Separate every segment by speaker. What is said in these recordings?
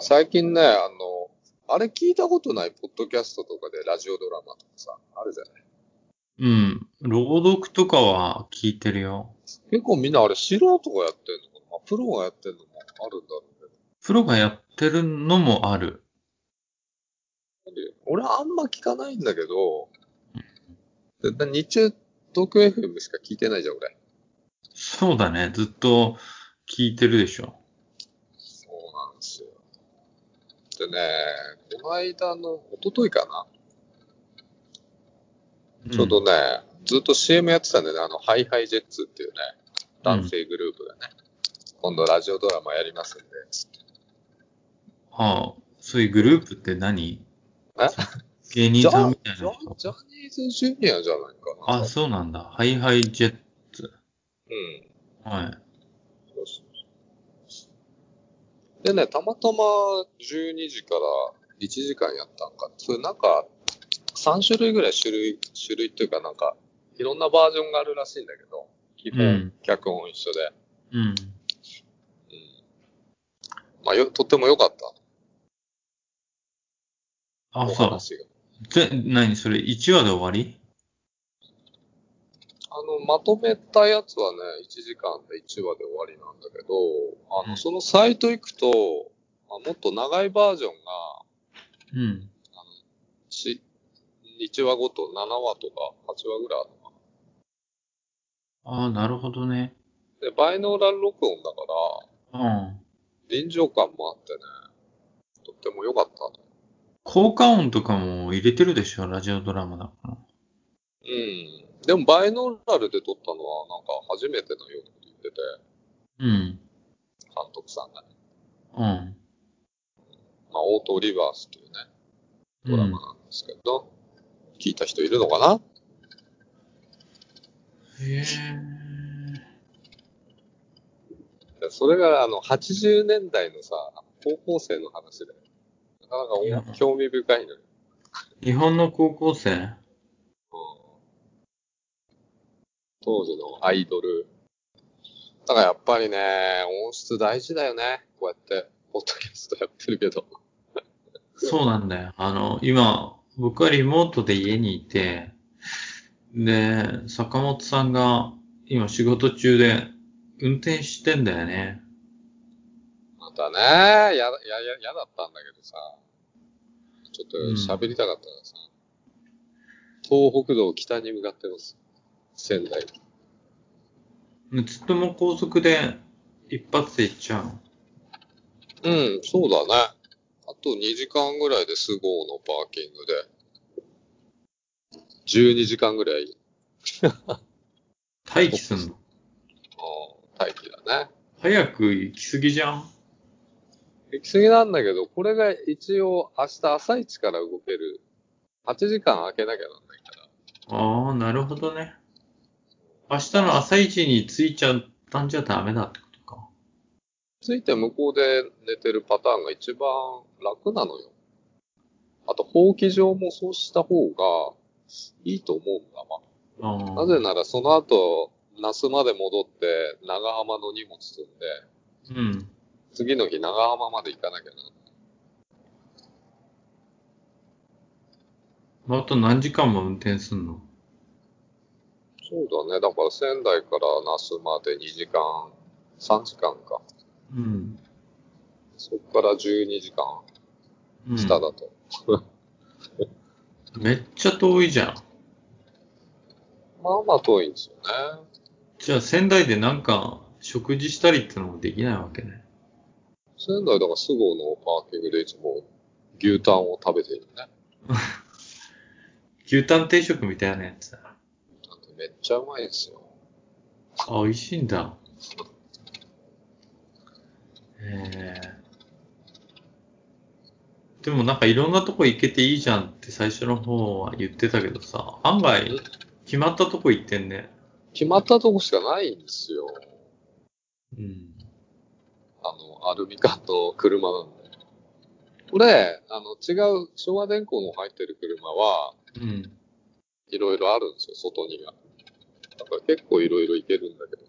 Speaker 1: 最近ね、あの、あれ聞いたことないポッドキャストとかでラジオドラマとかさ、あるじゃない。
Speaker 2: うん。朗読とかは聞いてるよ。
Speaker 1: 結構みんなあれ素人がやってんのかな、まあ、プロがやってんのもあるんだろうけど。
Speaker 2: プロがやってるのもある。
Speaker 1: で俺はあんま聞かないんだけど、で日中東京 FM しか聞いてないじゃん、俺。
Speaker 2: そうだね。ずっと聞いてるでしょ。
Speaker 1: そうなんですよ。でね、この間の、一昨日かな、ちょうど
Speaker 2: ん
Speaker 1: ね、ずっと CM やってたんでね、あの、ハイハイジェッツっていうね、男性グループがね、今度ラジオドラマやりますんで、つって
Speaker 2: ああ、そういうグループって何
Speaker 1: え
Speaker 2: 芸人さんみたいな人。
Speaker 1: ジャニーズジュニアじゃないかな。
Speaker 2: あ、そうなんだ。ハイハイジェ
Speaker 1: う
Speaker 2: ッ
Speaker 1: ん。
Speaker 2: ト。はい。
Speaker 1: そうそうそうでね、たまたま12時から1時間やったんか。それなんか、3種類ぐらい種類、種類っていうかなんか、いろんなバージョンがあるらしいんだけど、基
Speaker 2: う
Speaker 1: 本
Speaker 2: ん、
Speaker 1: 脚本一緒で。
Speaker 2: うん。
Speaker 1: うん。まあ、よ、とっても良かった。
Speaker 2: あ、
Speaker 1: お
Speaker 2: そう。
Speaker 1: 話が。
Speaker 2: ぜ、何それ ?1 話で終わり
Speaker 1: あの、まとめたやつはね、1時間で1話で終わりなんだけど、あ
Speaker 2: う
Speaker 1: の、
Speaker 2: ん
Speaker 1: そのサイト行くと、まあもっと長いバージョンが、
Speaker 2: うん。
Speaker 1: し1話ごと7話とか8話ぐらいあるのか
Speaker 2: ああ、なるほどね。
Speaker 1: な。で、バイノーラル録音だか
Speaker 2: うん。
Speaker 1: ら、臨場感もあってね、とっても良かった、ね。
Speaker 2: 効果音とかも入れてるでしょラジオドラマだから。
Speaker 1: うん。でも、バイノーラルで撮ったのは、なんか初めてのようなこと言ってて、
Speaker 2: うん。
Speaker 1: 監督さんがね。
Speaker 2: うん。
Speaker 1: まあ、オートリバースっていうね、ドラ
Speaker 2: うん
Speaker 1: マなんですけど、聞いた人いるのかな
Speaker 2: へえ。
Speaker 1: でそれが、あの、80年代のさ、高校生の話で、なか
Speaker 2: い
Speaker 1: な
Speaker 2: や
Speaker 1: かお興味深いのよ。
Speaker 2: 日本の高校生
Speaker 1: 当時のアイドル。だからやっぱりね、音質大事だよね。こうやって、ポッドキャストやってるけど。
Speaker 2: そうなんだよ。あの、今、僕はリモートで家にいて、で、坂本さんが今仕事中で運転してんだよね。
Speaker 1: またね、や、や、や、やだったんだけどさ。ちょっと喋りたかったからさ。東北道を北に向かってます。仙台。
Speaker 2: ずっともう高速で一発で行っちゃうの。
Speaker 1: うん、そうだね。あと2時間ぐらいでスゴーのパーキングで。12時間ぐらい、
Speaker 2: 待機すんの。
Speaker 1: あー待機だね。
Speaker 2: 早く行き過ぎじゃん
Speaker 1: 行き過ぎなんだけど、これが一応明日朝一から動ける。8時間空けなきゃなんないから。
Speaker 2: ああ、なるほどね。明日の朝一に着いちゃったんじゃダメだってことか。
Speaker 1: ついて向こうで寝てるパターンが一番楽なのよ。あと、放棄場もそうした方がいいと思うんだわ。
Speaker 2: あ
Speaker 1: な
Speaker 2: あ。
Speaker 1: ぜならその後、那須まで戻って長浜の荷物積んで、
Speaker 2: うん。
Speaker 1: 次の日長浜まで行かなきゃな。
Speaker 2: あと何時間も運転すんの
Speaker 1: そうだね。だから仙台から那須まで2時間、3時間か。
Speaker 2: うん。
Speaker 1: そこから12時間
Speaker 2: うん
Speaker 1: 下だと。
Speaker 2: めっちゃ遠いじゃん。
Speaker 1: まあまあ遠いんですよね。
Speaker 2: じゃあ仙台でなんか食事したりってのもできないわけね。
Speaker 1: 仙台だからスゴのパーキングでいつも牛タンを食べているね。
Speaker 2: 牛タン定食みたいなやつだ。
Speaker 1: だってめっちゃうまいですよ。
Speaker 2: あ、美味しいんだ。えー、でもなんかいろんなとこ行けていいじゃんって最初の方は言ってたけどさ、案外決まったとこ行ってんね。
Speaker 1: 決まったとこしかないんですよ。
Speaker 2: うん。
Speaker 1: あの、アルミ缶の車なんで。これ、あの、違う昭和電工の入ってる車は、
Speaker 2: うん。
Speaker 1: いろいろあるんですよ、外にが。だから結構いろいろ行けるんだけどね。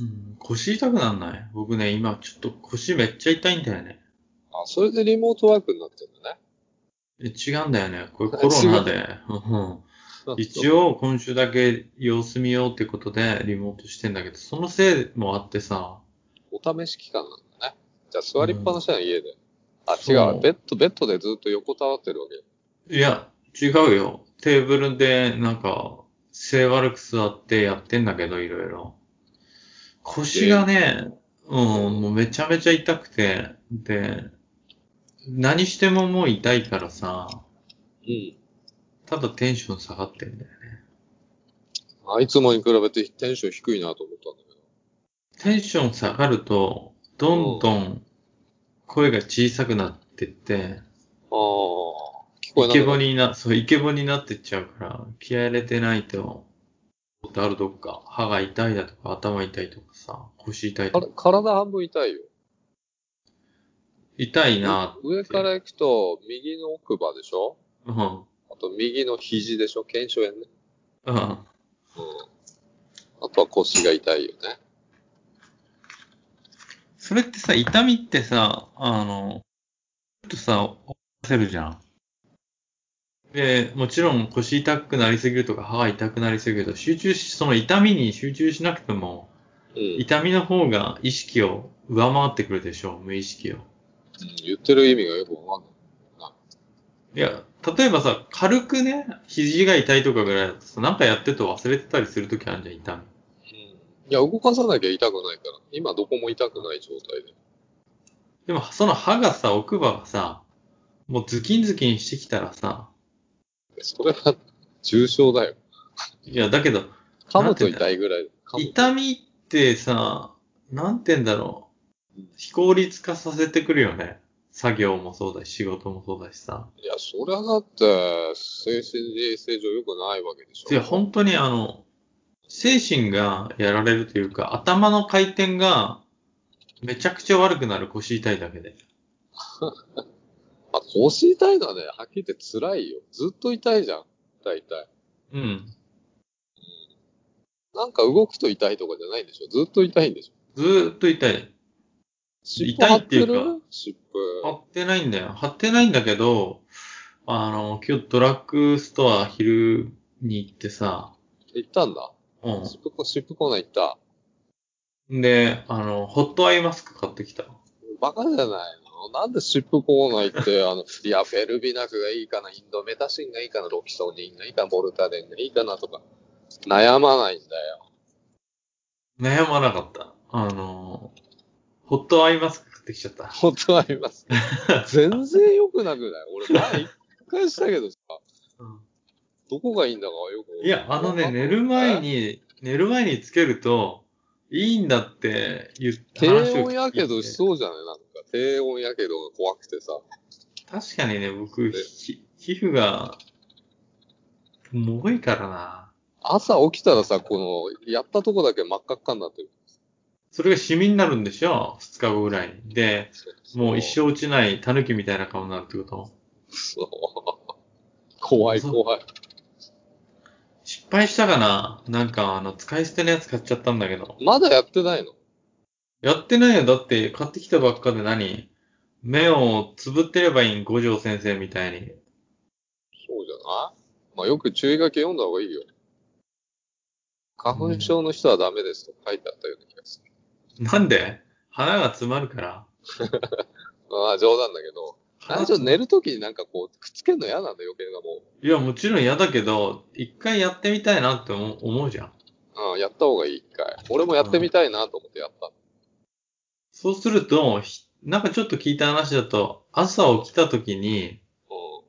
Speaker 2: ううん、腰痛くなんない僕ね、今ちょっと腰めっちゃ痛いんだよね。
Speaker 1: あ、それでリモートワークになってるんだね。
Speaker 2: え違うんだよね。これ
Speaker 1: あ
Speaker 2: コロナで。うん一
Speaker 1: 応。
Speaker 2: 応今週だけ様子見ようってことでリモートしてんだけど、そのせいもあってさ、
Speaker 1: お試し期間なんだね。じゃあ座りっぱなしなの、家で。あ、
Speaker 2: そ
Speaker 1: 違
Speaker 2: う
Speaker 1: うわ。ベッド、ベッドでずっと横たわってるわけ。
Speaker 2: いや、違うよ。テーブルでなんか、性悪く座ってやってんだけど、いろいろ。腰がね、うん、もうめちゃめちゃ痛くて、で、何してももう痛いからさ、
Speaker 1: うん。
Speaker 2: ただテンション下がってんだよね。
Speaker 1: あいつもに比べてテンション低いなと思ったんだけど。
Speaker 2: テンション下がると、どんどん声が小さくなってって、
Speaker 1: ああ。聞こえ
Speaker 2: イ
Speaker 1: なく
Speaker 2: ケ
Speaker 1: な
Speaker 2: ボ
Speaker 1: る
Speaker 2: にな、そう、イケボになってっちゃうから、気合入れてないと、あるどっか、歯が痛いだとか、頭痛いとかさ、腰痛い
Speaker 1: あ
Speaker 2: と
Speaker 1: れ
Speaker 2: か、
Speaker 1: 体半分痛いよ。
Speaker 2: 痛いな、
Speaker 1: 上から行くと、右の奥歯でしょ
Speaker 2: うん、
Speaker 1: あと右の肘でしょ腱鞘炎ね。
Speaker 2: うん。
Speaker 1: あとは腰が痛いよね。
Speaker 2: それってさ、痛みってさ、あの、ちょっとさ、起こせるじゃん。で、もちろん腰痛くなりすぎるとか、歯が痛くなりすぎると、集中し、その痛みに集中しなくても、
Speaker 1: うん。
Speaker 2: 痛みの方が意識を上回ってくるでしょう、無意識を。
Speaker 1: うん言ってる意味がよくわかんない。
Speaker 2: いや、例えばさ、軽くね、肘が痛いとかぐらいだとさ、なんかやってると忘れてたりするときあるじゃん、痛み。
Speaker 1: いや、動かさなきゃ痛くないから。今どこも痛くない状態で。
Speaker 2: でも、その歯がさ、奥歯がさ、もうズキンズキンしてきたらさ、
Speaker 1: それは重症だよ。
Speaker 2: いや、だけど、
Speaker 1: 噛むと痛いぐらい。噛む
Speaker 2: 痛みってさ、なんて言うんだろう
Speaker 1: うん。
Speaker 2: 非効率化させてくるよね。作業もそうだし、仕事もそうだしさ。
Speaker 1: いや、そりゃだって、精神衛生上良くないわけでしょ。
Speaker 2: いや、本当にあの、精神がやられるというか、頭の回転がめちゃくちゃ悪くなる腰痛いだけで。
Speaker 1: あ、腰痛いのはね、はっきり言って辛いよ。ずっと痛いじゃん。大体。
Speaker 2: うん。
Speaker 1: なんか動くと痛いとかじゃないんでしょ。ずっと痛いんでしょ。
Speaker 2: ずーっと痛い。
Speaker 1: 尻尾
Speaker 2: 痛いっていうか
Speaker 1: 張る湿
Speaker 2: 貼
Speaker 1: 布。
Speaker 2: ってないんだよ。貼ってないんだけど、あの、今日ドラッグストア昼に行ってさ、
Speaker 1: 行ったんだ。
Speaker 2: う
Speaker 1: 湿布コ、湿布コーナー行った。
Speaker 2: ん。で、あの、ホットアイマスク買ってきた。
Speaker 1: バカじゃないのなんで湿布コーナー行って、あの、いや、フェルビナクがいいかな、インドメタシンがいいかな、ロキソニンがいいかな、ボルタデンがいいかなとか、悩まないんだよ。
Speaker 2: 悩まなかった。あの、ホットアイマスク買ってきちゃった。
Speaker 1: 本当あり ます。全然良くなくない俺、前一回したけどさ、どこがいいんだかよく。
Speaker 2: いや、あのね、寝る前に、寝る前につけると、いいんだって言って
Speaker 1: 低
Speaker 2: 話を聞いて。
Speaker 1: 温やけどしそうじゃないなんか、低温やけどが怖くてさ。
Speaker 2: 確かにね、僕、
Speaker 1: で
Speaker 2: ひ皮膚が、もろいからな。
Speaker 1: 朝起きたらさ、この、やったとこだけ真っ赤っかになってる。
Speaker 2: それがシミになるんでしょ二日後ぐらいに。で、もう一生落ちない狸みたいな顔になるってこと
Speaker 1: そう。怖い怖い。
Speaker 2: 失敗したかななんか、あの、使い捨てのやつ買っちゃったんだけど。
Speaker 1: まだやってないの
Speaker 2: やってないよ。だって、買ってきたばっかで何目をつぶってればいいん、五条先生みたいに。
Speaker 1: そうじゃないまあよく注意書き読んだ方がいいよ。花粉症の人はダメですと書いてあったような気がする。
Speaker 2: なんで鼻が詰まるから。
Speaker 1: まあ冗談だけど、あれちょっと寝るときになんかこう、くっつけるの嫌なんだよ、余計なも
Speaker 2: いや、もちろん嫌だけど、一回やってみたいなって思う思うじゃん。
Speaker 1: う。うん、やった方がいい、一回。俺もやってみたいなと思ってやった。
Speaker 2: そうすると、ひなんかちょっと聞いた話だと、朝起きた時に、
Speaker 1: う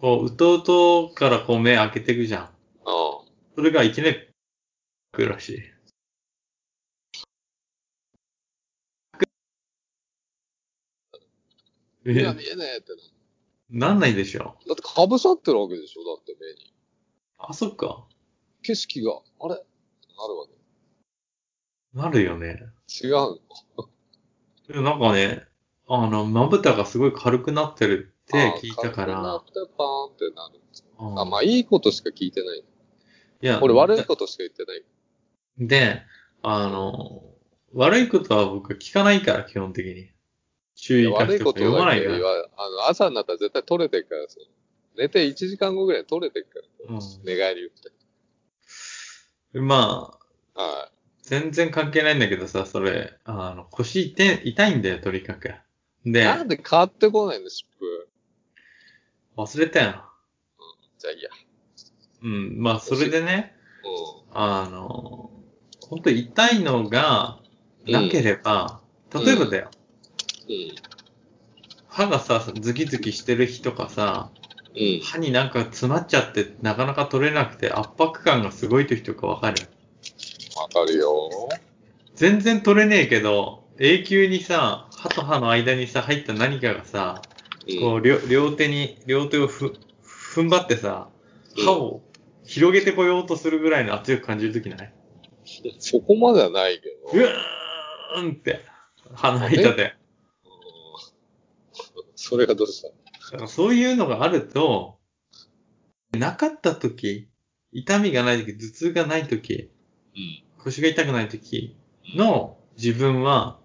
Speaker 2: こう、うとうとからこう目開けていくじゃん。
Speaker 1: ん。うん。
Speaker 2: それがいきなり来るらしい。
Speaker 1: いや、
Speaker 2: え、
Speaker 1: 見えねえってな。
Speaker 2: なんないでしょ。
Speaker 1: だってかぶさってるわけでしょ、だって目に。
Speaker 2: あ、そっか。
Speaker 1: 景色が、あれなるわけ。
Speaker 2: なるよね。
Speaker 1: 違うの。
Speaker 2: でもなんかね、あの、まぶたがすごい軽くなってるって聞いたか
Speaker 1: あ
Speaker 2: ら
Speaker 1: ー。軽くなってパーンってなる。
Speaker 2: うん
Speaker 1: あ、まあいいことしか聞いてない。
Speaker 2: いや
Speaker 1: 俺悪いことしか言ってない。
Speaker 2: で、あの、悪いことは僕は聞かないから、基本的に。注意書
Speaker 1: 悪
Speaker 2: き
Speaker 1: い
Speaker 2: と
Speaker 1: こ
Speaker 2: か
Speaker 1: と
Speaker 2: 読ま
Speaker 1: だ
Speaker 2: な
Speaker 1: け
Speaker 2: いから。
Speaker 1: は、あの、朝になったら絶対取れてるからさ。寝て1時間後ぐらいに取れてるから。
Speaker 2: う
Speaker 1: 寝返り打って。
Speaker 2: ん。まあ、
Speaker 1: は
Speaker 2: 全然関係ないんだけどさ、それ、あの、腰痛い痛いんだよ、とにかく。
Speaker 1: い。
Speaker 2: で、
Speaker 1: なんで買ってこないんだ、湿布。
Speaker 2: 忘れたよ。
Speaker 1: じゃあいいや。
Speaker 2: うん、まあ、それでね、
Speaker 1: う
Speaker 2: あの、本当痛いのがなければ、
Speaker 1: うん
Speaker 2: 例えばだよ、
Speaker 1: ん。
Speaker 2: 歯がさ、ズキズキしてる日とかさ、
Speaker 1: うん。
Speaker 2: 歯になんか詰まっちゃって、なかなか取れなくて圧迫感がすごい時とかわかる。
Speaker 1: わかるよ。
Speaker 2: 全然取れねえけど、永久にさ、歯と歯の間にさ、入った何かがさ、
Speaker 1: うん
Speaker 2: こう両両手に、両手をふ踏ん張ってさ、
Speaker 1: うん
Speaker 2: 歯を広げてこようとするぐらいの圧力感じるときない
Speaker 1: そこまではないけど。
Speaker 2: うーんって、歯の間で。
Speaker 1: うん それがどうしたの
Speaker 2: だからそういうのがあると、なかったとき、痛みがないとき、頭痛がないとき、
Speaker 1: うん。
Speaker 2: 腰が痛くないときの自分は、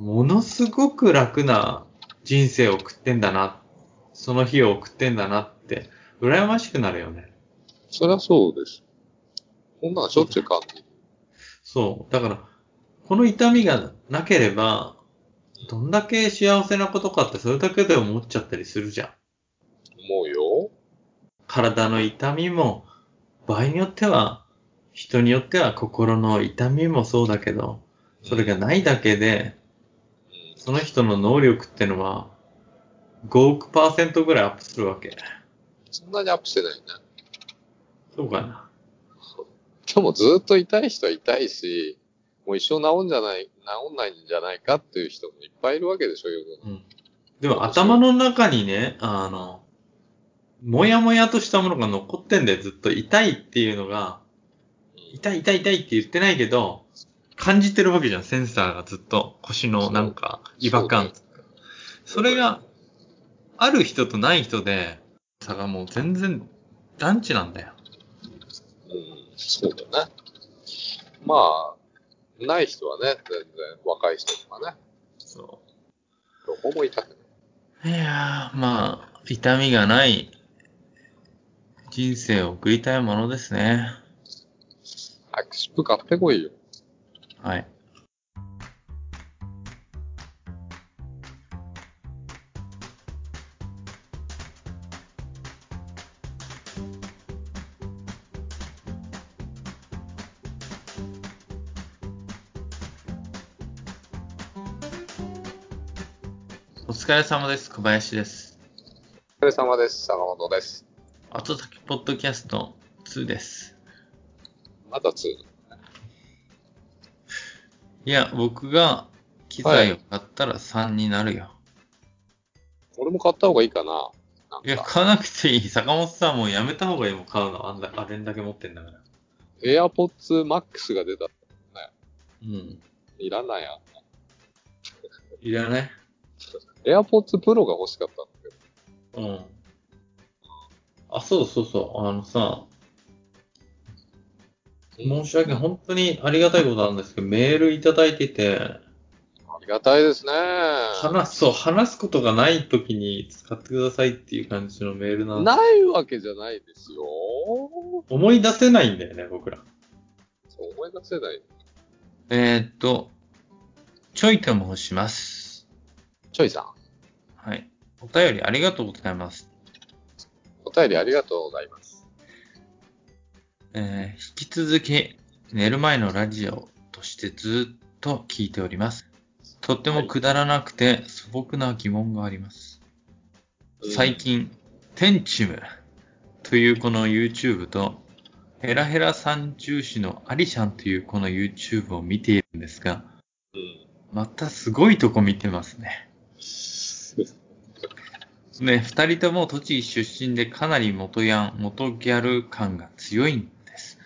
Speaker 1: うん。
Speaker 2: ものすごく楽な人生を送ってんだな。その日を送ってんだなって、羨ましくなるよね。
Speaker 1: そりゃそうです。こんなのしょっちゅう感じる。
Speaker 2: そう。だから、この痛みがなければ、どんだけ幸せなことかってそれだけで思っちゃったりするじゃん。
Speaker 1: 思うよ。
Speaker 2: 体の痛みも、場合によっては、人によっては心の痛みもそうだけど、それがないだけで、
Speaker 1: うん
Speaker 2: その人の能力ってのは、5億パーセントぐらいアップするわけ。
Speaker 1: そんなにアップしてないね。
Speaker 2: そうかな。
Speaker 1: でもずっと痛い人は痛いし、もう一生治んじゃない、治んないんじゃないかっていう人もいっぱいいるわけでしょ、世の中。
Speaker 2: うん。でも頭の中にね、あの、もやもやとしたものが残ってんだよ、ずっと。痛いっていうのが、痛い痛い痛いって言ってないけど、感じてるわけじゃん、センサーがずっと。腰のなんか、違和感。それが、ある人とない人で、差がもう全然、団地なんだよ。
Speaker 1: うん、そうだね。まあ、ない人はね、全然若い人とかね、
Speaker 2: そ
Speaker 1: どこも痛くない。
Speaker 2: う。いやー、まあ、痛みがない人生を送りたいものですね。
Speaker 1: アクシップ買ってこいよ。
Speaker 2: はい。お疲れ様です。小林です。
Speaker 1: お疲れ様です。坂本です。
Speaker 2: 後先ポッドキャスト2です。
Speaker 1: また2。
Speaker 2: いや、僕が機材を買ったら3になるよ。
Speaker 1: 俺も買った方がいいかな。なん
Speaker 2: いや、
Speaker 1: か、
Speaker 2: 買わなくていい。坂本さんもうやめた方がいいもん、買うの。あんだ、あれんだけ持ってんだから。
Speaker 1: AirPods Max が出た。
Speaker 2: うん。
Speaker 1: いらないや。
Speaker 2: いらない
Speaker 1: AirPods Pro が欲しかったんだけど。
Speaker 2: うん。あ、そうそうそう。あのさ、申し訳ない。本当にありがたいことなんですけど、メールいただいてて、
Speaker 1: ありがたいですね。
Speaker 2: 話す、そう、話すことがない時に使ってくださいっていう感じのメールなんで
Speaker 1: ないわけじゃないですよ。
Speaker 2: 思い出せないんだよね、僕ら。
Speaker 1: そう思い出せない。
Speaker 2: えー、っと、ちょいと申します。
Speaker 1: ちょいさん、
Speaker 2: はい。お便りありがとうございます。
Speaker 1: お便りありがとうございます。
Speaker 2: えー引き続き寝る前のラジオとしてずっと聞いております。とってもくだらなくて素朴な疑問があります。
Speaker 1: うん
Speaker 2: 最。近、テンチムというこの YouTube と、ヘラヘラ三中士のアリシャンというこの YouTube を見ているんですが、
Speaker 1: うん。
Speaker 2: またすごいとこ見てますね。ね、二人とも栃木出身でかなり元ヤン、元ギャル感が強いんです。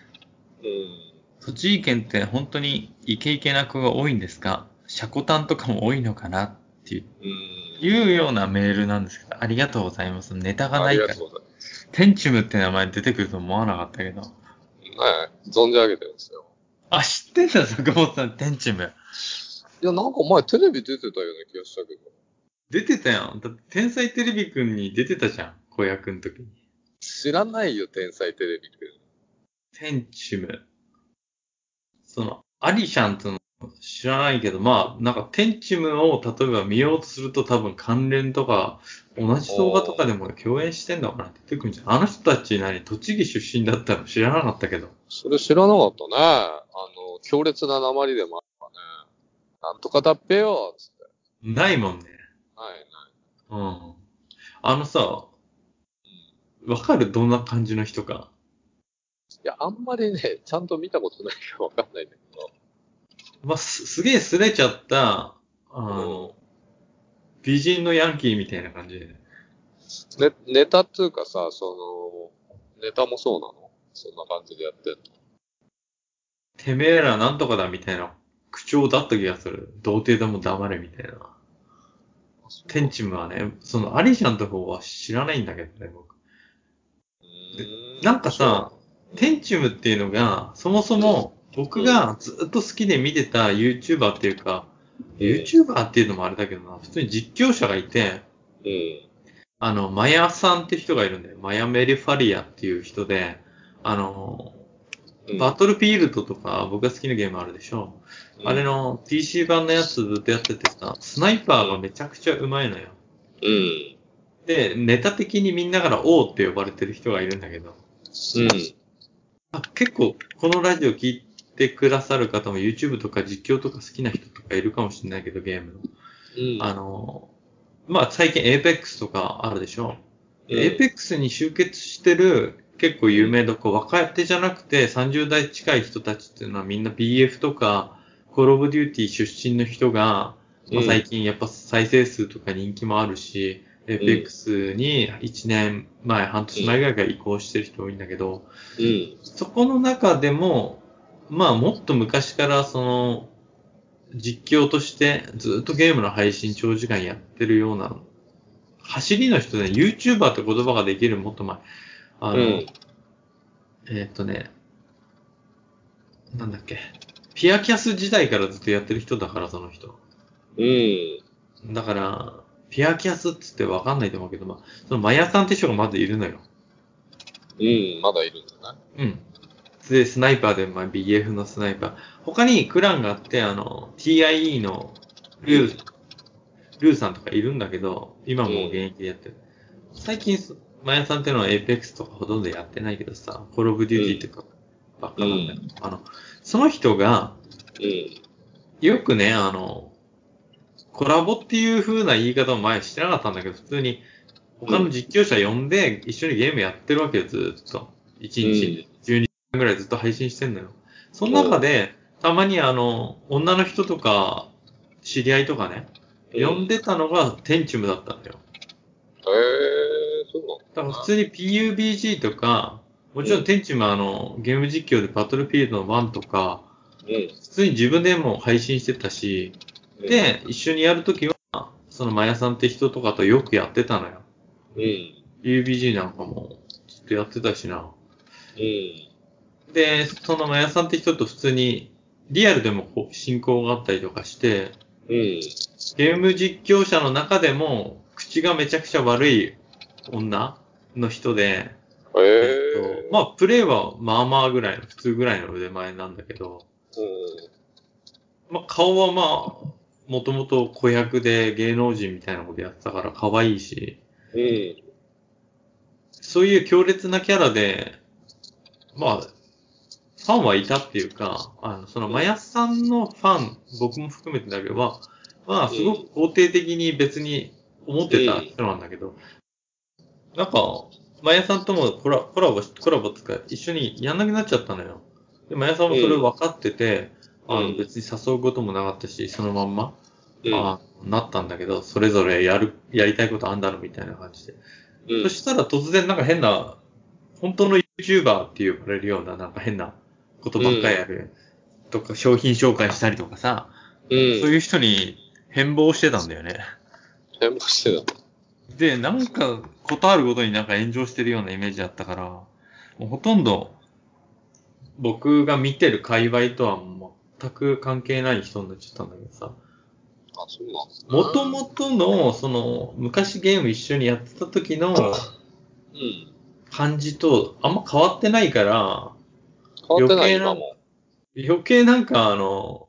Speaker 1: うん。
Speaker 2: 栃木県って本当にイケイケな子が多いんですかシャコタンとかも多いのかなっていう
Speaker 1: うん。
Speaker 2: いうようなメールなんですけど、ありがとうございます。ネタが
Speaker 1: あ
Speaker 2: ない
Speaker 1: り
Speaker 2: か
Speaker 1: が
Speaker 2: ら。
Speaker 1: とうござい
Speaker 2: テンチムって名前出てくると思わなかったけど。
Speaker 1: ます。はい。存じ上げてますよ。
Speaker 2: あ、知ってんだ、坂本さん、天チム。
Speaker 1: いや、なんか前テレビ出てたような気がしたけど。
Speaker 2: 出てたよ。だって、天才テレビくんに出てたじゃん。子役の時に。
Speaker 1: 知らないよ、天才テレビくん。
Speaker 2: 天チム。その、アリシャンとの知らないけど、まあ、なんか、天チムを例えば見ようとすると多分関連とか、同じ動画とかでも共演してんだから出てくんじゃん。あの人たち何、栃木出身だったの知らなかったけど。
Speaker 1: それ知らなかったね。あの、強烈な鉛でもあるからね。なんとかだっぺよ、つって。
Speaker 2: ないもんね。
Speaker 1: はい、ない。
Speaker 2: うん。あのさ、わかるどんな感じの人か。
Speaker 1: いや、あんまりね、ちゃんと見たことないからわかんないんだけど。
Speaker 2: まあ、す、すげえすれちゃった、あの、美人のヤンキーみたいな感じで。
Speaker 1: ね、ネタっていうかさ、その、ネタもそうなのそんな感じでやってんの
Speaker 2: てめえらなんとかだみたいな口調だった気がする。童貞でも黙れみたいな。天チムはね、そのアリシャンの方は知らないんだけどね、僕。
Speaker 1: う
Speaker 2: なんかさ、
Speaker 1: そう
Speaker 2: 天チムっていうのが、そもそも僕がずっと好きで見てた YouTuber っていうか、
Speaker 1: うん
Speaker 2: YouTuber っていうのもあれだけどな、普通に実況者がいて、
Speaker 1: うん。
Speaker 2: あの、マヤさんって人がいるんだよ。マヤメリファリアっていう人で、あの、
Speaker 1: うん
Speaker 2: バトルフィールドとか僕が好きなゲームあるでしょ。あれ。の PC 版のやつずっとやっててさ、スナイパーがめちゃくちゃうまいのよ。
Speaker 1: うん。
Speaker 2: で、ネタ的にみんなから王って呼ばれてる人がいるんだけど、
Speaker 1: うん。
Speaker 2: あ結構このラジオ聞いてくださる方も YouTube とか実況とか好きな人とかいるかもしれないけど、ゲームの。
Speaker 1: うん。
Speaker 2: あの、まあ、最近 Apex とかあるでしょ。
Speaker 1: うん
Speaker 2: で Apex に集結してる結構有名どこ、若手じゃなくて30代近い人たちっていうのはみんな BF とか Call of Duty 出身の人が、ま
Speaker 1: う
Speaker 2: あ、
Speaker 1: ん
Speaker 2: 最近やっぱ再生数とか人気もあるし、Apex に1年前、半年前ぐらいから移行してる人多いんだけど、
Speaker 1: うん。
Speaker 2: そこの中でも、まあもっと昔からその、実況としてずっとゲームの配信長時間やってるような、走りの人で、YouTuber って言葉ができるもっと前。あの、
Speaker 1: うん
Speaker 2: えーっとね、なんだっけ、ピアキャス時代からずっとやってる人だから、その人。
Speaker 1: うん。
Speaker 2: だから、ピアキャスっつってわかんないと思うけど、まあ、そのマヤさんって人がまずいるのよ。
Speaker 1: うん。まだいるんだね。
Speaker 2: うん。で、スナイパーで、まあ、BF のスナイパー。他にクランがあって、あの、TIE のルー、ルーさんとかいるんだけど、今もう現役でやってる。最近、そマヤさんっていうのは APEX とかほとんどやってないけどさ、コールオブデューティーとかばっかなんだよ。あの、その人が、
Speaker 1: うん。
Speaker 2: よくね、あの、コラボっていう風な言い方を前してなかったんだけど、普通に他の実況者呼んで一緒にゲームやってるわけよ、ずーっと。1日12時間ぐらいずっと配信してんのよ。その中で、たまにあの、女の人とか、知り合いとかね、呼んでたのがテンチムだったんだよ。
Speaker 1: へえー、そうなんだ。
Speaker 2: だから普通に PUBG とか、もちろんテンチムはあの、ゲーム実況でバトルフィールドの1とか、普通に自分でも配信してたし、
Speaker 1: うん。、
Speaker 2: で、一緒にやるときは、そのマヤさんって人とかとよくやってたのよ。
Speaker 1: うん。
Speaker 2: UBG なんかもずっとやってたしな。
Speaker 1: うん。
Speaker 2: で、そのマヤさんって人と普通にリアルでもこう進行があったりとかして、
Speaker 1: うん。
Speaker 2: ゲーム実況者の中でも口がめちゃくちゃ悪い女の人で、
Speaker 1: へ
Speaker 2: え
Speaker 1: え
Speaker 2: っとまあプレイはまあまあぐらいの、普通ぐらいの腕前なんだけど、まあ顔はまあ、もともと子役で芸能人みたいなことやってたから可愛いし、
Speaker 1: うん。うん。
Speaker 2: そういう強烈なキャラで、まあ、ファンはいたっていうか、あの、その、マヤさんのファン、僕も含めてだけど、は、まあ、すごく肯定的に別に思ってた人なんだけど、なんか、マヤさんともコラコラボし、コラボつか、一緒にやんなくなっちゃったのよ。で、マヤさんもそれ分かってて、
Speaker 1: うん
Speaker 2: あ
Speaker 1: う
Speaker 2: の、
Speaker 1: ん
Speaker 2: 別に誘うこともなかったし、そのまんま、
Speaker 1: うん。
Speaker 2: あなったんだけど、それぞれやる、やりたいことあんだろみたいな感じで。
Speaker 1: うん
Speaker 2: そしたら突然なんか変な、本当の YouTuber って呼ばれるようななんか変なことばっかりやる。とか、商品紹介したりとかさ、
Speaker 1: うん。
Speaker 2: そう
Speaker 1: う
Speaker 2: いう人に変貌してたんだよね。
Speaker 1: 変貌してた。
Speaker 2: で、なんか、ことあるごとになんか炎上してるようなイメージだったから、もうほとんど、僕が見てる界隈とは全く関係ない人になっちゃったんだけどさ、
Speaker 1: あ、そうなんですね。
Speaker 2: もともとの、その、昔ゲーム一緒にやってた時の
Speaker 1: うん。
Speaker 2: 感じとあんま変わってないから、
Speaker 1: 変わってない、
Speaker 2: 余計な
Speaker 1: 今も。
Speaker 2: 余計なんかあの、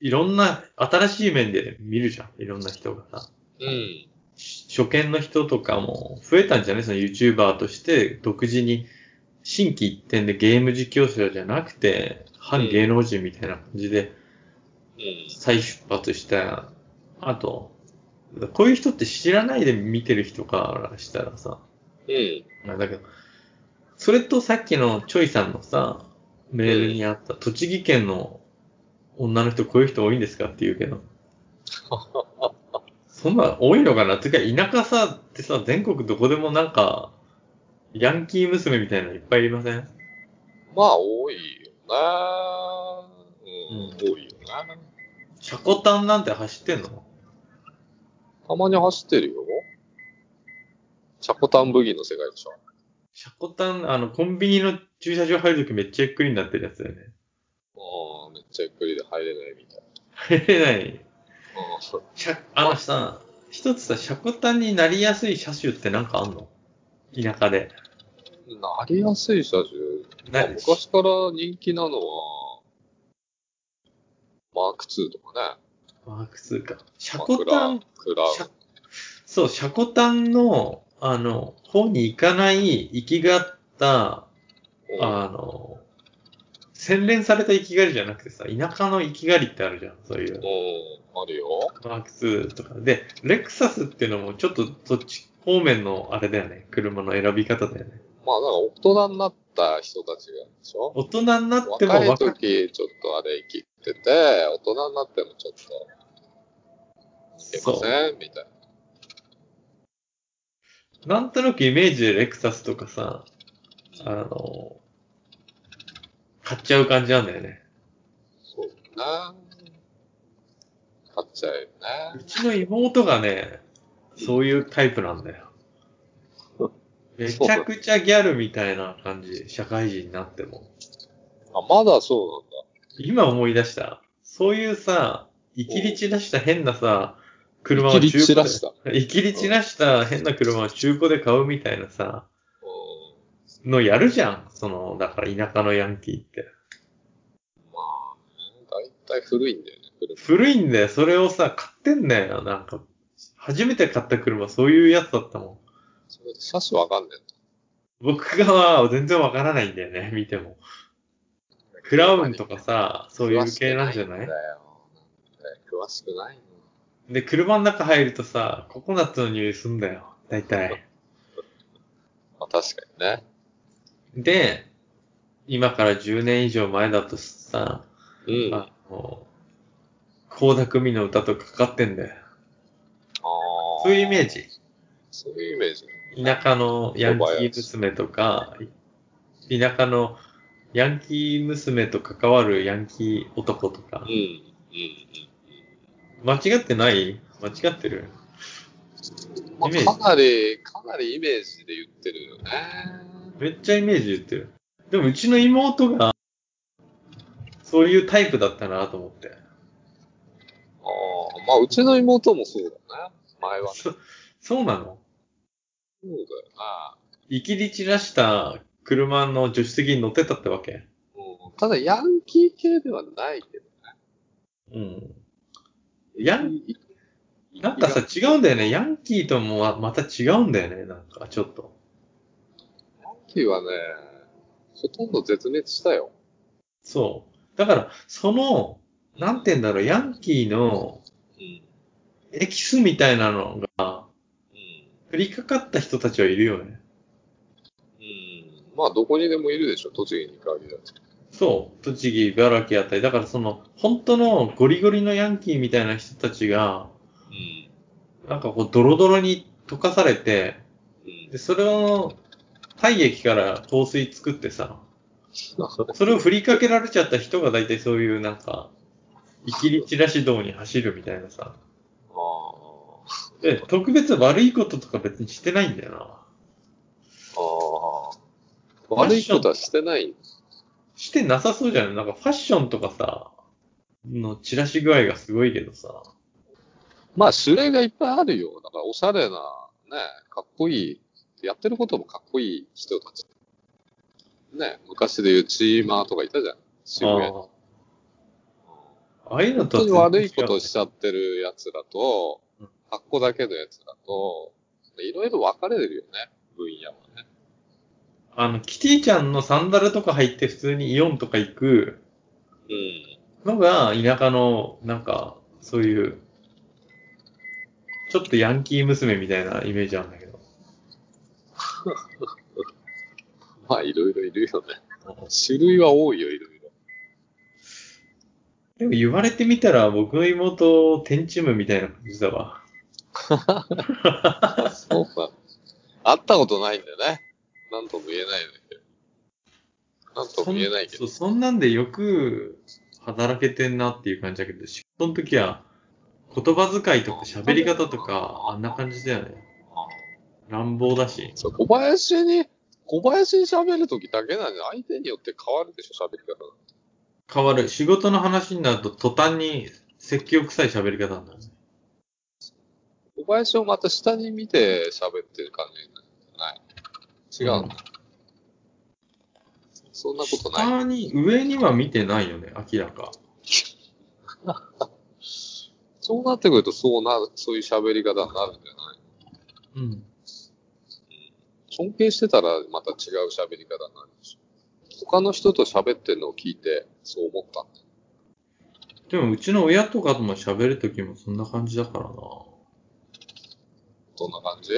Speaker 2: いろんな新しい面で見るじゃん、いろんな人がさ。
Speaker 1: うん。
Speaker 2: 初見の人とかも増えたんじゃないその YouTuber として独自に新規一点でゲーム実況者じゃなくて、反芸能人みたいな感じで
Speaker 1: うん。
Speaker 2: 再出発した後、こういう人って知らないで見てる人からしたらさ、
Speaker 1: うん。
Speaker 2: まあだけど、それとさっきのチョイさんのさ、メールにあった、栃木県の女の人こういう人多いんですかって言うけど。そんな多いのかなっていうか、田舎さってさ、全国どこでもなんか、ヤンキー娘みたいなのいっぱいいません
Speaker 1: まあ、多いよなうん、
Speaker 2: うん
Speaker 1: 多いよな
Speaker 2: シャコタンなんて走ってんの
Speaker 1: たまに走ってるよ。チャコタンブギーの世界でしょ。
Speaker 2: シャコタン、あの、コンビニの駐車場入るときめっちゃゆっくりになってるやつだよね。
Speaker 1: ああ、めっちゃゆっくりで入れないみたい。
Speaker 2: 入れない。
Speaker 1: ああ
Speaker 2: シャあのさ、一つさ、シャコタンになりやすい車種ってなんかあんの田舎で。
Speaker 1: なりやすい車種。まあ、
Speaker 2: ない
Speaker 1: 昔から人気なのは、マーク2とかね。
Speaker 2: マーク2か。シャ
Speaker 1: まあ
Speaker 2: コタン、
Speaker 1: クラウン。
Speaker 2: シャそう、シャコタンの、あの、方に行かない、行きがった、
Speaker 1: うん
Speaker 2: あの、洗練された生きがりじゃなくてさ、田舎の生きがりってあるじゃん、そういう。
Speaker 1: うん、あるよ。
Speaker 2: マーク2とか。で、レクサスっていうのもちょっとそっち方面のあれだよね。車の選び方だよね。
Speaker 1: まあ、だから大人になった人たちがでしょ
Speaker 2: 大人になっても
Speaker 1: 若い
Speaker 2: 若く
Speaker 1: 時、ちょっとあれ生きてて、大人になってもちょっと、いけませんみたいな。
Speaker 2: なんとなくイメージでレクサスとかさ、あの、買っちゃう感じなんだよね。
Speaker 1: そうだな。買っちゃうよね
Speaker 2: う。ちの妹がね、そういうタイプなんだよ。めちゃくちゃギャルみたいな感じ、社会人になっても。
Speaker 1: あ、まだそ
Speaker 2: 今思い出した。そういうさ、生きり散らした変なさ、
Speaker 1: うなん
Speaker 2: 車
Speaker 1: だ。
Speaker 2: を中
Speaker 1: 切
Speaker 2: 古
Speaker 1: り散ら
Speaker 2: で
Speaker 1: し、た。うん。
Speaker 2: 生きり散らした変な車を中古で買うみたいなさ、のやるじゃん。その、だから田舎のヤンキーって。
Speaker 1: まあ、だいたい古いんだよね、車。
Speaker 2: 古いんだよ。それをさ、買ってんだよ。なんか、初めて買った車、そういうやつだったも
Speaker 1: それで車種わかんね
Speaker 2: ん。僕がは全然わからないんだよね、見ても。
Speaker 1: えんだ
Speaker 2: クラウンとかさ、そうい
Speaker 1: 詳
Speaker 2: う
Speaker 1: しく
Speaker 2: 系なんじゃない
Speaker 1: んだよ。なんだよ詳しくないの。
Speaker 2: で、車の中入るとさ、ココナッツの匂いすんだよ。大体。
Speaker 1: まあ確かにね。
Speaker 2: で、今から10年以上前だとさ、
Speaker 1: うん。あ
Speaker 2: あの、高田組の歌とかかかってんだよ。
Speaker 1: あ。
Speaker 2: そういうイメー。ジ。
Speaker 1: そういうイメージ。
Speaker 2: 田舎のヤンキー娘とか、田舎のヤンキー娘と関わるヤンキー男とか
Speaker 1: うん。う。ん。
Speaker 2: 間違ってない間違ってる
Speaker 1: うん。ま
Speaker 2: イメージ
Speaker 1: あ、かなり、かなりイメージで言ってるよね。
Speaker 2: めっちゃイメージ言ってる。でもうちの妹が、そういうタイプだったなと思って。
Speaker 1: ああ。まあ、うちの妹もそうだね。前はね。そ
Speaker 2: そそうなの
Speaker 1: うだよな。
Speaker 2: 生きり散らした車の助手席に乗ってたってわけ
Speaker 1: うんただ、ヤンキー系ではないけど。
Speaker 2: うん。ヤン
Speaker 1: キー
Speaker 2: なんかさ、、違うんだよね。ヤンキーともままた違うんだよね。なんか、ちょっと。
Speaker 1: ヤンキーはね、ほとんど絶滅したよ。
Speaker 2: そう。だから、その、なんて言うんだろう、ヤンキーの
Speaker 1: うん。
Speaker 2: エキスみたいなのが、
Speaker 1: うん。
Speaker 2: 振りかかった人たちはいるよね。
Speaker 1: うんまあ、どこにでもいるでしょ、栃木に限らず。
Speaker 2: そう。栃木、茨城あたり。だからその、本当のゴリゴリのヤンキーみたいな人たちが、
Speaker 1: うん。
Speaker 2: なんかこう、ドロドロに溶かされて、
Speaker 1: うん
Speaker 2: で、それを、体液から香水作ってさ、それを振りかけられちゃった人が大体そういうなんか、生きり散らし道に走るみたいなさ。
Speaker 1: ああ。
Speaker 2: で、特別悪いこととか別にしてないんだよな。
Speaker 1: ああ。悪いことはしてない。
Speaker 2: してなさそうじゃないなんかファッションとかさ、の散らし具合がすごいけどさ。
Speaker 1: まあ、種類がいっぱいあるよ。だから、おしゃれな、ね、かっこいい、やってることもかっこいい人たち。ね、昔で言うチーマーとかいたじゃん。渋谷に。
Speaker 2: ああ。ああいうのと
Speaker 1: 本当に
Speaker 2: は
Speaker 1: 悪
Speaker 2: 全
Speaker 1: い
Speaker 2: 然
Speaker 1: こ
Speaker 2: 違う
Speaker 1: と
Speaker 2: ね
Speaker 1: しちゃってるやつらと
Speaker 2: うん、
Speaker 1: 箱だけのやつらと、いろいろ分かれるよね、分野はね。
Speaker 2: あの、キティちゃんのサンダルとか入って普通にイオンとか行く
Speaker 1: うん。
Speaker 2: のが田舎の、なんか、そういう、ちょっとヤンキー娘みたいなイメージあるんだけど。
Speaker 1: まあ、いろいろいるよね。種類は多いよ、いろいろ。
Speaker 2: でも言われてみたら僕の妹、テンチムみたいな感じだわ。
Speaker 1: あそうか。会ったことないんだよね。なんとも言えないんだけど。なんとも言えないけど。
Speaker 2: そんそうそんなんでよく働けてんなっていう感じだけど、仕事の時は言葉遣いとか喋り方とかあんな感じだよね。乱暴だし。
Speaker 1: そう小林に、小林に喋るときだけなんで、相手によって変わるでしょ、喋り方が。
Speaker 2: 変わる。仕事の話になると途端に説教臭い喋り方になるね。
Speaker 1: 小林をまた下に見て喋ってる感じになるんじゃない違うんだ。そんなことない。
Speaker 2: 下に、上には見てないよね、明らか。
Speaker 1: そうなってくると、そうなる、そういう喋り方になるんじゃない
Speaker 2: うん。
Speaker 1: 尊敬してたらまた違う喋り方になるでしょ。他の人と喋ってるのを聞いて、そう思ったんだよ。
Speaker 2: でもうちの親とかとも喋るときもそんな感じだからな。
Speaker 1: どんな感じ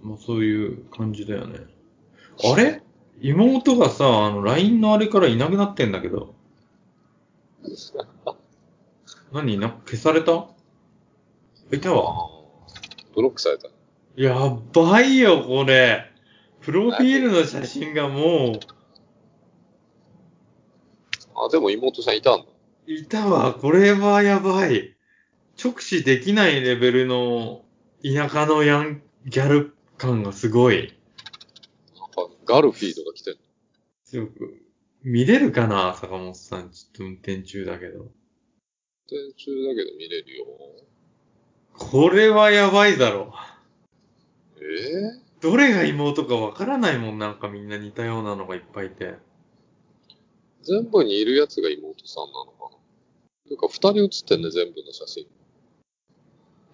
Speaker 2: まあそういう感じだよね。あれ妹がさ、あの、LINE のあれからいなくなってんだけど。何なんか消されたいたわ。
Speaker 1: ブロックされた。
Speaker 2: やばいよ、これ。プロフィールの写真がも
Speaker 1: あ、でも妹さんいたんだ。
Speaker 2: う、いたわ。これはやばい。直視できないレベルの田舎のヤン、ギャル感がすごい。
Speaker 1: なんか、ガルフィーとか来てる。
Speaker 2: 強く。見れるかな坂本さん。ちょっと運転中だけど。
Speaker 1: 運転中だけど見れるよ。
Speaker 2: これはやばいだろ。
Speaker 1: え
Speaker 2: どれが妹かわからないもん、なんかみんな似たようなのがいっぱいいて。
Speaker 1: ー、全部にいるやつが妹さんなのかなというか、二人写ってんね、全部の写真。い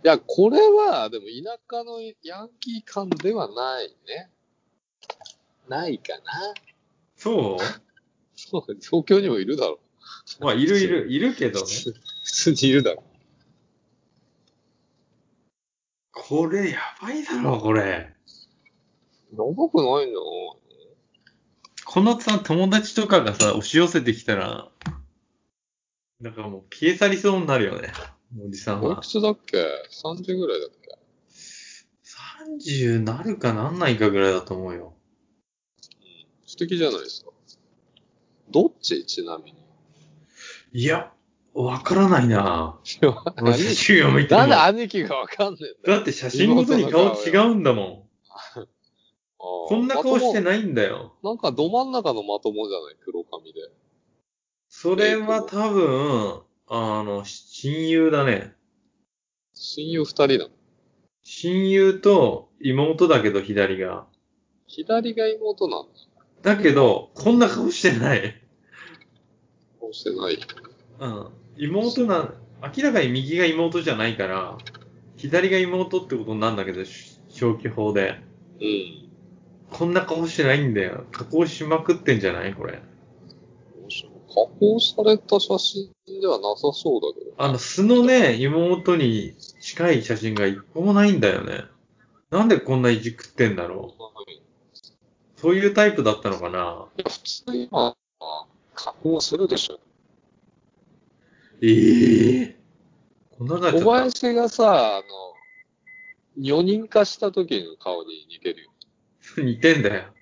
Speaker 1: や、これは、でも田舎のヤンキー感ではないね。ないかな。
Speaker 2: そ
Speaker 1: そうだね、東京にもいるだろ
Speaker 2: うまあ、いるいる、いるけ
Speaker 1: う。
Speaker 2: ど
Speaker 1: 普
Speaker 2: ね。
Speaker 1: 通普通にいるだろう。
Speaker 2: これやばいだろ、これ。
Speaker 1: やばくないの
Speaker 2: このさ、友達とかがさ、押し寄せてきたら、なんかもう消え去りそうになるよね。おじさん
Speaker 1: おい
Speaker 2: は
Speaker 1: く。つだっけ ?3 時ぐらいだっけ
Speaker 2: 30なるかなんないかぐらいだと思うよ。
Speaker 1: 素敵じゃないですか。どっちち なみに。
Speaker 2: いや、わからないな俺
Speaker 1: 兄貴
Speaker 2: 24見ても
Speaker 1: なんで兄貴がわかんねえんだよ。
Speaker 2: だって写真ごとに顔違うんだもん。こ
Speaker 1: こ
Speaker 2: んな顔して
Speaker 1: な
Speaker 2: ないんだよ。
Speaker 1: なんかど真ん中のまともじゃない黒髪で。
Speaker 2: それは多分、あの、親友だね。
Speaker 1: 親友二人なの。
Speaker 2: 親友と妹だけど、左が。
Speaker 1: 左が妹なんだ。
Speaker 2: だけど、こんな顔してない。
Speaker 1: 顔してない。
Speaker 2: うん。妹な、明らかに右が妹じゃないから、左が妹ってことになるんだけど、し消去法で。
Speaker 1: うん。
Speaker 2: こんな顔してないんだよ。加工しまくってんじゃないこれ。
Speaker 1: どうしよう加工された写真ではなさそうだけど。
Speaker 2: あの、素のね、妹に近い写真が一個もないんだよね。なんでこんないじくってんだろう。
Speaker 1: い
Speaker 2: そういうタイプだったのかな
Speaker 1: や普通今、加工するでしょ。
Speaker 2: ええこんなになっちゃ
Speaker 1: 小
Speaker 2: った。
Speaker 1: 林がさ、あの、4人化した時の顔に似てるよ。
Speaker 2: 似てんだよ。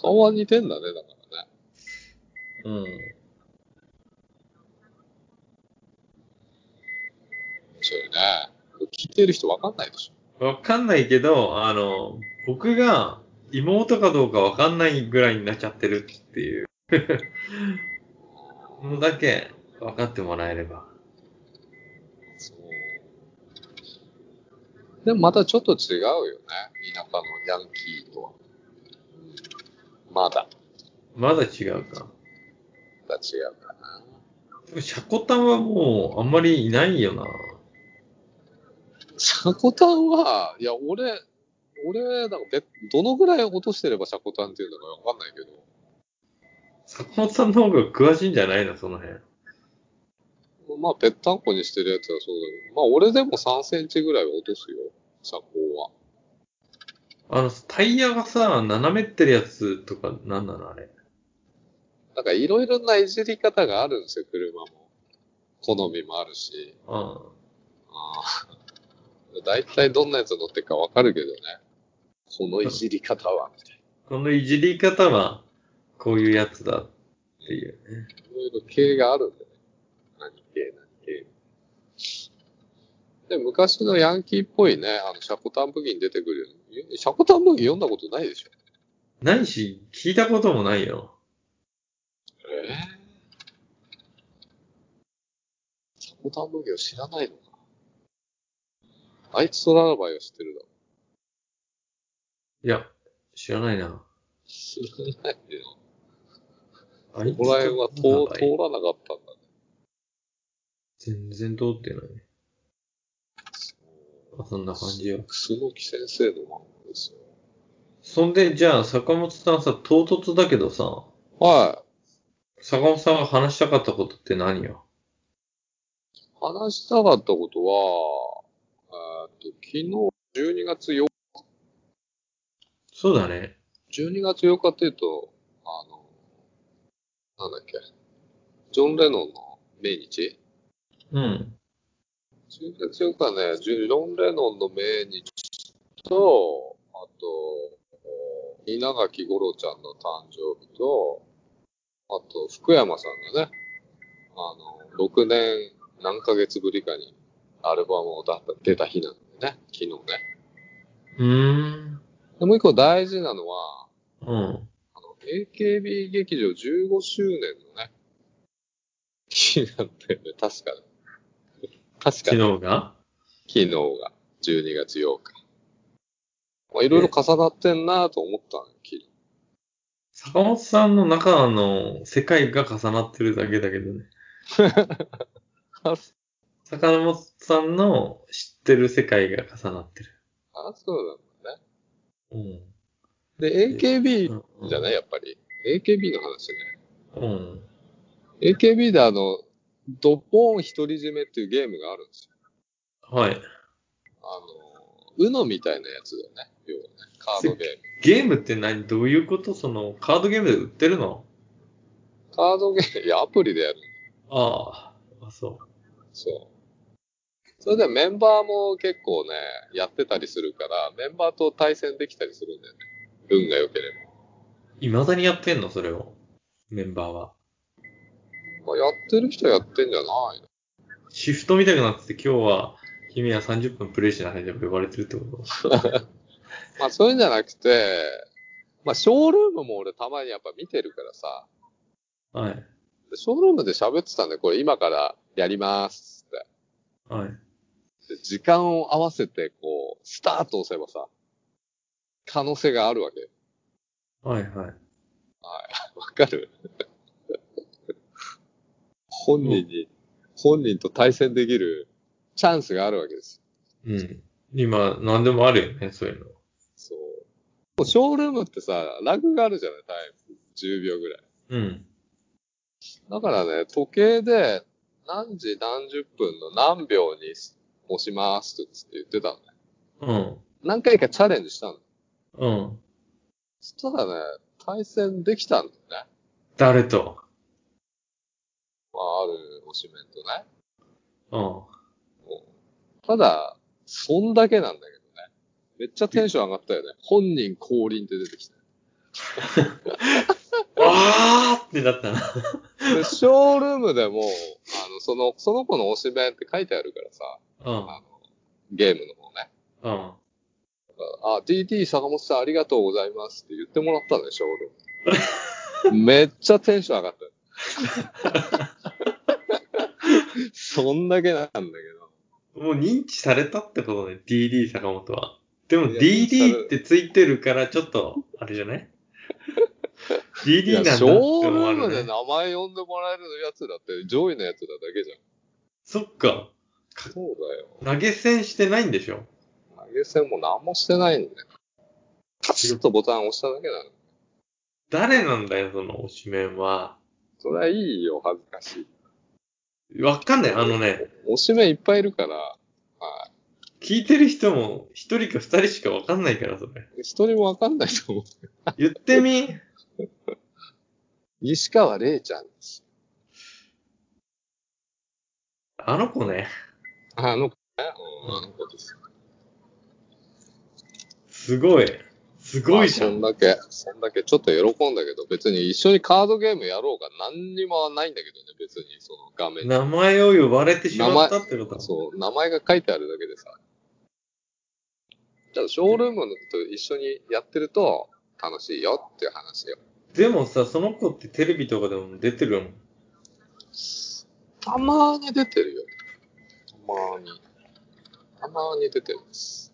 Speaker 1: 顔は似てんだね、だからね。
Speaker 2: うん。
Speaker 1: 面白いね。聞いてる人わかんないでし
Speaker 2: わかんないけど、あの、僕が妹かどうかわかんないぐらいになっちゃってるっていうのだけ分かってもらえれば。
Speaker 1: そう。でもまたちょっと違うよね。田舎のヤンキーとは。まだ。
Speaker 2: まだ違うか。
Speaker 1: まだ違うかな。
Speaker 2: でもシャコタンはもうあんまりいないよな。
Speaker 1: シャコタンは、いや、俺、俺、なんかべどのぐらい落としてればシャコタンっていうのかわかんないけど、
Speaker 2: 坂本さんの方が詳しいんじゃないのその辺。
Speaker 1: まあ、ぺったんこにしてるやつはそうだけど、まあ、俺でも3センチぐらいは落とすよ、車高は。
Speaker 2: あの、タイヤがさ、斜めってるやつとかなんなのあれ。
Speaker 1: なんか、いろいろないじり方があるんですよ、車も。好みもあるし。
Speaker 2: うん。
Speaker 1: ああ。だいたいどんなやつ乗ってるかわかるけどね。このいじり方は、みたい
Speaker 2: このいじり方は、こういうやつだっていうね。
Speaker 1: な。いろいろ系があるんだよね。何系、何系。で、昔のヤンキーっぽいね、あの、シャコタンブギに出てくる。シャコタンブギ読んだことないでしょ
Speaker 2: ないし、聞いたこともないよ。
Speaker 1: ええシャコタンブギを知らないのか。あいつとララバイは知ってるだろ。
Speaker 2: いや、知らないな。
Speaker 1: 知らないよ。
Speaker 2: あい
Speaker 1: ここら辺は通
Speaker 2: なんだい
Speaker 1: 通らなかったんだね。
Speaker 2: 全然通ってない。あそんな感じよ。
Speaker 1: 楠木先生の漫画ですよ。
Speaker 2: そんで、じゃあ、坂本さんさ、唐突だけどさ、
Speaker 1: はい。
Speaker 2: 坂本さんが話したかったことって何よ
Speaker 1: 話したかったことは、えーっと昨日12月4
Speaker 2: そうだね。
Speaker 1: 日、12月4日っていうと、あの、なんだっけ、ジョン・レノンの命日
Speaker 2: うん。
Speaker 1: ?12 月4日ね、ジュジョン・レノンの命日と、あと、お稲垣吾郎ちゃんの誕生日と、あと、福山さんがね、あの、6年何ヶ月ぶりかにアルバムを出た出た日なんでね、昨日ね。
Speaker 2: うーん。
Speaker 1: でもう一個大事なのは、
Speaker 2: うん。
Speaker 1: あの AKB 劇場15周年のね、日なんだよね、確かに。確か
Speaker 2: 昨
Speaker 1: に、
Speaker 2: 日が
Speaker 1: 昨日が12月8日。まあ、いろいろ重なってんなと思ったのよ、昨日。
Speaker 2: 坂本さんの中の世界が重なってるだけだけど ね。坂本さんの知ってる世界が重なってる。
Speaker 1: あ、そう
Speaker 2: うん。
Speaker 1: なんだ。で、AKB
Speaker 2: うん
Speaker 1: じゃないやっぱり。AKB の話ね。
Speaker 2: うん。
Speaker 1: AKB であの、ドポーン独り占めっていうゲームがあるんですよ。
Speaker 2: はい。
Speaker 1: あの、うのみたいなやつだよね、要はね。カードゲーム。
Speaker 2: ゲームって何どういうことその、カードゲームで売ってるの
Speaker 1: カードゲーム、いや、アプリでやる。
Speaker 2: ああ。あ、そ
Speaker 1: そう。それでメンバーも結構ね、やってたりするから、メンバーと対戦できたりするんだよね。運が良けれ
Speaker 2: う。未だにやってんのそれを。メンバーは。
Speaker 1: ば。まあ、やってる人はやってんじゃないの
Speaker 2: シフトみたいになってて、今日は、君は30分プレイしなさいで呼ばれてるってこと
Speaker 1: まあ、そういうんじゃなくて、まあ、ショールームも俺たまにやっぱ見てるからさ、
Speaker 2: はい。
Speaker 1: でショールームで喋ってたんで、これ今からやりますっ
Speaker 2: はい。
Speaker 1: て。で時間を合わせて、こう、スタート押せばさ、可能性があるわけよ。
Speaker 2: はいはい。
Speaker 1: わかる 本人に、本人と対戦できるチャンスがあるわけですよ。
Speaker 2: うん。今、何でもあるよね、そういうの。
Speaker 1: そう。もうショールームってさ、ラグがあるじゃないタイム。10秒ぐらい。
Speaker 2: うん。
Speaker 1: だからね、時計で何時何十分の何秒に押しますって言ってたのね。
Speaker 2: うん。
Speaker 1: 何回かチャレンジしたの。
Speaker 2: うん。
Speaker 1: そしたらね、対戦できたんだよね。
Speaker 2: 誰と
Speaker 1: まあ、ある推しメンとね。
Speaker 2: うん。
Speaker 1: ただ、そんだけなんだけどね。めっちゃテンション上がったよね。本人降臨って出てきた。
Speaker 2: わーってなったな。
Speaker 1: で、ショールームでも、あの、その、その子の推し弁って書いてあるからさ、
Speaker 2: うん。
Speaker 1: ゲームの方ね。
Speaker 2: うん。
Speaker 1: あ、DD 坂本さんありがとうございますって言ってもらったでしょ、俺。 めっちゃテンション上がったよ。そんだけなんだけど。
Speaker 2: もう認知されたってことね、DD 坂本は。でも
Speaker 1: いや認知され
Speaker 2: DD ってついてるから、ちょっと、あれじゃない
Speaker 1: い
Speaker 2: ?DD な
Speaker 1: や、
Speaker 2: んだっ
Speaker 1: シ
Speaker 2: て
Speaker 1: ョ
Speaker 2: 思
Speaker 1: ー
Speaker 2: わ
Speaker 1: ルーム
Speaker 2: れ
Speaker 1: で
Speaker 2: る、ね。
Speaker 1: 名前呼んでもらえるやつだって上位のやつだだけじゃん。
Speaker 2: そっか。
Speaker 1: そうだよ。
Speaker 2: 投げ銭してないんでしょ
Speaker 1: 投げ銭も何もしてないんだよ。カチッとボタン押しただけなの。
Speaker 2: 誰なんだよ、その推しメンは。
Speaker 1: それはいいよ、恥ずかしい。
Speaker 2: わかんない。あのね、
Speaker 1: おしめいっぱいいるから、は
Speaker 2: 聞いてる人も一人か二人しかわかんないから、それ。
Speaker 1: い。一人もわかんないと思う。
Speaker 2: 言ってみ。
Speaker 1: 西川玲ちゃんです。
Speaker 2: あの子ね、
Speaker 1: ああの子ね。うんあの子です。
Speaker 2: すごい。すごいじゃ
Speaker 1: まあそん
Speaker 2: ん。
Speaker 1: だけ、そんだけちょっと喜んだけど、別に一緒にカードゲームやろうが何にもないんだけどね、別にその画面に。
Speaker 2: 名前を呼ばれてしまったってこと
Speaker 1: そう、名前が書いてあるだけでさ。ただショールームと一緒にやってると楽しいよっていう話よ。
Speaker 2: でもさ、その子ってテレビとかでも出てるもん。
Speaker 1: たまーに出てるよ。たまーに。たまーに出てるんです。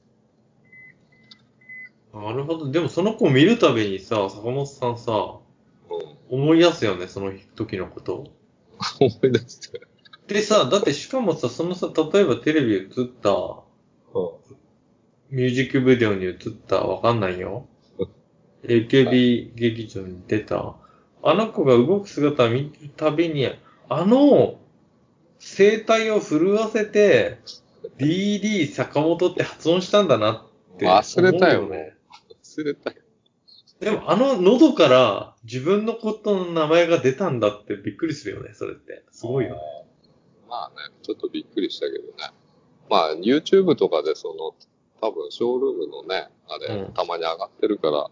Speaker 2: なるほど。でもその子を見るたびにさ、坂本さんさ、
Speaker 1: うん。
Speaker 2: 思い出すよね、その時のことを。
Speaker 1: 思い出してる。
Speaker 2: でさ、だってしかもさ、そのさ、例えばテレビ映った、
Speaker 1: う
Speaker 2: ミュージックビデオに映った、わかんないよ。AKB 劇場に出た、あの子が動く姿を見るたびに、あの、声帯を震わせて、DD 坂本って発音したんだなって。
Speaker 1: 忘れたよ
Speaker 2: 思うね。
Speaker 1: 忘れたよ。
Speaker 2: でもあの喉から自分のことの名前が出たんだってびっくりするよね、それって。すごいよね。
Speaker 1: まあね、ちょっとびっくりしたけどね。まあ、YouTube とかでその、多分ショールームのね、あれ、
Speaker 2: うん
Speaker 1: たまに上がってるから、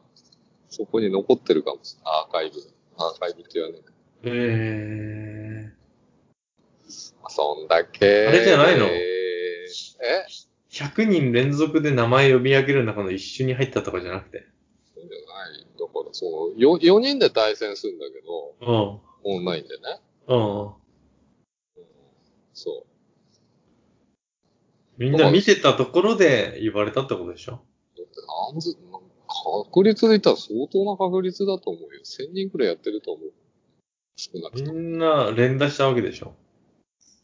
Speaker 1: そこに残ってるかもしれない。アーカイブ。アーカイブって言わね。
Speaker 2: え
Speaker 1: まあ、そんだけ。
Speaker 2: あれじゃないの
Speaker 1: えーえ
Speaker 2: ー、100人連続で名前呼び上げる中の一瞬に入ったとかじゃなくて。
Speaker 1: そうじゃない。だから、その、よ、4人で対戦するんだけど、
Speaker 2: うん。
Speaker 1: オンラインでね。
Speaker 2: うん。
Speaker 1: そう。
Speaker 2: みんな見てたところで言われたってことでしょ
Speaker 1: だって何ず、なん確率で言ったら相当な確率だと思うよ。1000人くらいやってると思う。少なく
Speaker 2: み
Speaker 1: とも。
Speaker 2: んな連打したわけでしょ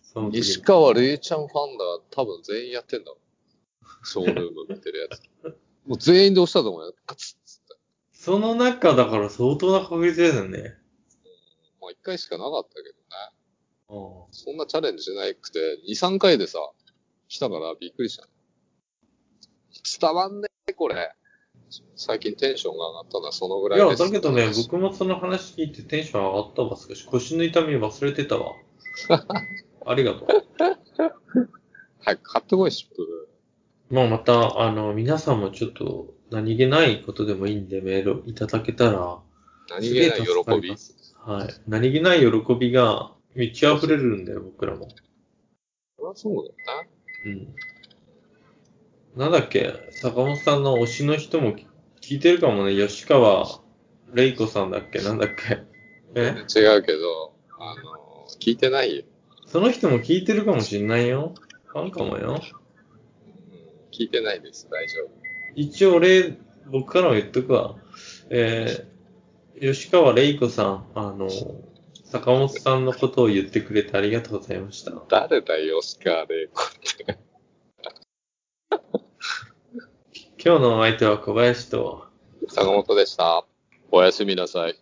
Speaker 2: その時に
Speaker 1: 西川玲ちゃんファンだ、多分全員やってんだろう。ショールーム見てるやつ。 もう全員で押したと思うよ。カツッつって。
Speaker 2: その中だから相当な確率ですよね。
Speaker 1: まあ一回しかなかったけどね。
Speaker 2: うん。
Speaker 1: そんなチャレンジしなくて、2、3回でさ、来たからびっくりした。伝わんねえ、これ。最近テンションが上がったのはそのぐら
Speaker 2: い
Speaker 1: い
Speaker 2: や、
Speaker 1: です。
Speaker 2: だけどね、僕もその話聞いてテンション上がったわ、少し。腰の痛み忘れてた わ。ありがとう。
Speaker 1: はい、買ってこい、シップ。
Speaker 2: まあまた、あの、皆さんもちょっと何気ないことでもいいんでメールいただけたら、
Speaker 1: 何気ない喜
Speaker 2: すげえ助かり
Speaker 1: び
Speaker 2: ま。すはい。何気ない喜びが満ち溢れるんだよ、僕らも。
Speaker 1: そりゃそうだよな。
Speaker 2: うん。なんだっけ、坂本さんの推しの人も聞聞いてるかもね、吉川玲子さんだっけ、なんだっけ。え
Speaker 1: 違うけど、あの、聞いてないよ。
Speaker 2: その人も聞いてるかもしんないよ。ファンかもよ。
Speaker 1: うん聞いてないです、大丈夫。
Speaker 2: 一応俺、僕からも言っとくわ。えー、吉川玲子さん、あの、坂本さんのことを言ってくれてありがとうございました。
Speaker 1: 誰だよ、吉川玲子って。
Speaker 2: 今日のお相手は小林と、
Speaker 1: 坂本でした。おやすみなさい。